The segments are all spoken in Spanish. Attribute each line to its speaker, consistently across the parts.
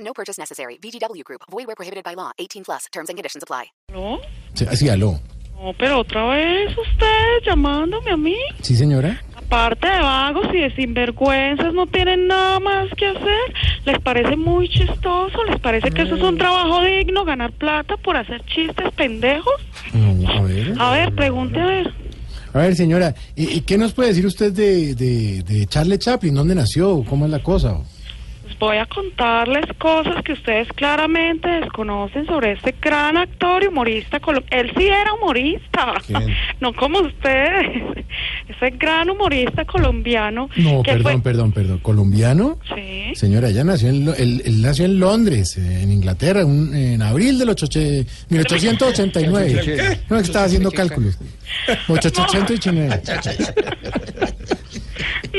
Speaker 1: No purchase necessary. VGW Group. Void where prohibited by law. 18 plus. Terms and conditions apply.
Speaker 2: No,
Speaker 3: Sí, sí, aló.
Speaker 2: no, pero otra vez usted llamándome a mí.
Speaker 3: Sí, señora.
Speaker 2: Aparte de vagos y de sinvergüenzas, no tienen nada más que hacer. ¿Les parece muy chistoso? ¿Les parece que eso es
Speaker 3: Mm.
Speaker 2: un trabajo digno, ganar plata por hacer chistes pendejos?
Speaker 3: Mm, A ver.
Speaker 2: A ver, pregunte a ver.
Speaker 3: A ver, señora, ¿y, y qué nos puede decir usted de, de, de Charlie Chaplin? ¿Dónde nació? ¿Cómo es la cosa?
Speaker 2: Pues voy a contarles cosas que ustedes claramente desconocen sobre este gran actor y humorista. colom- Él sí era humorista,
Speaker 3: ¿Quién?
Speaker 2: no como ustedes. Ese gran humorista colombiano.
Speaker 3: No,
Speaker 2: que
Speaker 3: perdón,
Speaker 2: fue-
Speaker 3: perdón, perdón. ¿Colombiano?
Speaker 2: Sí.
Speaker 3: Señora, ella nació en, Lo- él, él nació en Londres, eh, en Inglaterra, un- en abril del ocho- che- 1889. No, que estaba haciendo cálculos. 889.
Speaker 2: No,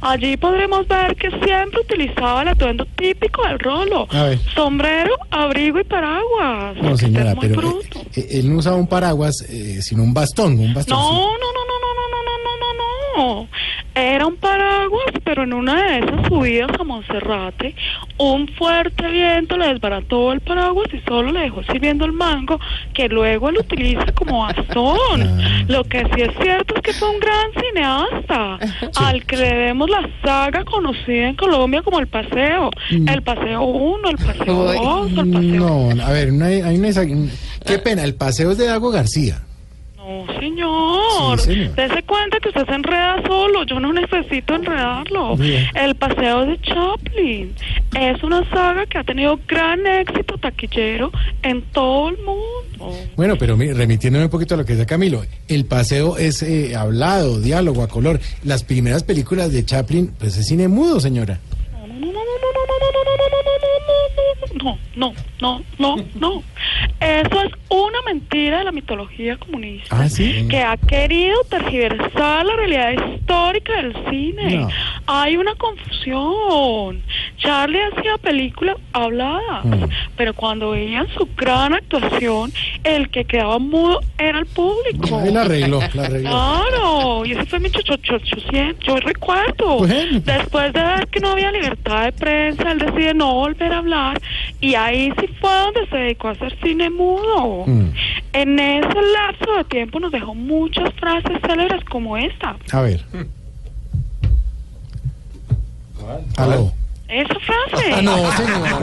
Speaker 2: Allí podremos ver que siempre utilizaba el atuendo típico del rolo.
Speaker 3: A ver.
Speaker 2: Sombrero, abrigo y paraguas.
Speaker 3: No,
Speaker 2: Este es
Speaker 3: señora,
Speaker 2: muy
Speaker 3: pero eh,
Speaker 2: bruto.
Speaker 3: eh, él no usaba un paraguas, eh, sino un bastón, un bastón.
Speaker 2: No, no, no, no, no, no, no, no, no, no, no. Era un paraguas, pero en una de esas subidas a Monserrate, un fuerte viento le desbarató el paraguas y solo le dejó sirviendo el mango, que luego lo utiliza como bastón.
Speaker 3: Ah.
Speaker 2: Lo que sí es cierto es que fue un gran cineasta, al que le debemos la saga conocida en Colombia como El Paseo. El Paseo 1, El Paseo 2, El Paseo...
Speaker 3: Mm. No, a ver, no hay, hay una esa- Qué pena, el paseo es de Dago García.
Speaker 2: No, señor.
Speaker 3: Sí, señor.
Speaker 2: Dese cuenta que usted se enreda solo. Yo no necesito enredarlo.
Speaker 3: Bien.
Speaker 2: El paseo de Chaplin es una saga que ha tenido gran éxito taquillero en todo el mundo.
Speaker 3: Bueno, pero mire, remitiéndome un poquito a lo que decía Camilo, el paseo es eh, hablado, diálogo a color. Las primeras películas de Chaplin, pues es cine mudo, señora.
Speaker 2: No, no, no, no, no, no, no, no, no, no, no, no, no, no, no, no, no. Eso es una mentira de la mitología comunista.
Speaker 3: Ah, sí.
Speaker 2: que ha querido tergiversar la realidad histórica del cine.
Speaker 3: No.
Speaker 2: Hay una confusión. Charlie hacía películas habladas,
Speaker 3: Mm.
Speaker 2: pero cuando veían su gran actuación, el que quedaba mudo era el público.
Speaker 3: Ahí la arregló, la arregló.
Speaker 2: Claro, y ese fue mi chochochochocien, yo recuerdo.
Speaker 3: Bueno.
Speaker 2: Después de ver que no había libertad de prensa, él decide no volver a hablar, y ahí sí fue donde se dedicó a hacer cine mudo.
Speaker 3: Mm.
Speaker 2: En ese lapso de tiempo nos dejó muchas frases célebres como esta.
Speaker 3: A ver. Aló.
Speaker 2: Esa frase.
Speaker 3: Ah, no, señora.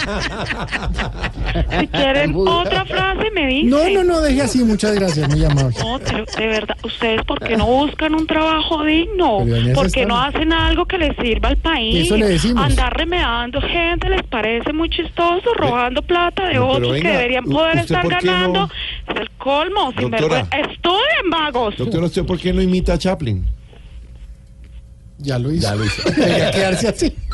Speaker 3: a ver.
Speaker 2: Si quieren otra frase, me dicen.
Speaker 3: No, no, no, deje así, muchas gracias, muy amable.
Speaker 2: No, pero de verdad, ustedes por qué no buscan un trabajo digno,
Speaker 3: Pero en eso
Speaker 2: por qué
Speaker 3: están.
Speaker 2: no hacen algo que les sirva al país.
Speaker 3: Eso le decimos.
Speaker 2: Andar remedando gente les parece muy chistoso, robando plata de otros que
Speaker 4: venga,
Speaker 2: deberían
Speaker 4: u-
Speaker 2: poder
Speaker 4: ¿usted
Speaker 2: estar
Speaker 4: por qué no-
Speaker 2: ganando. Es el colmo, sin
Speaker 4: Doctora.
Speaker 2: vergüenza. Estudien vagos.
Speaker 4: Doctor, ¿usted por qué no imita a Chaplin?
Speaker 3: Ya lo hizo. Debería quedarse así.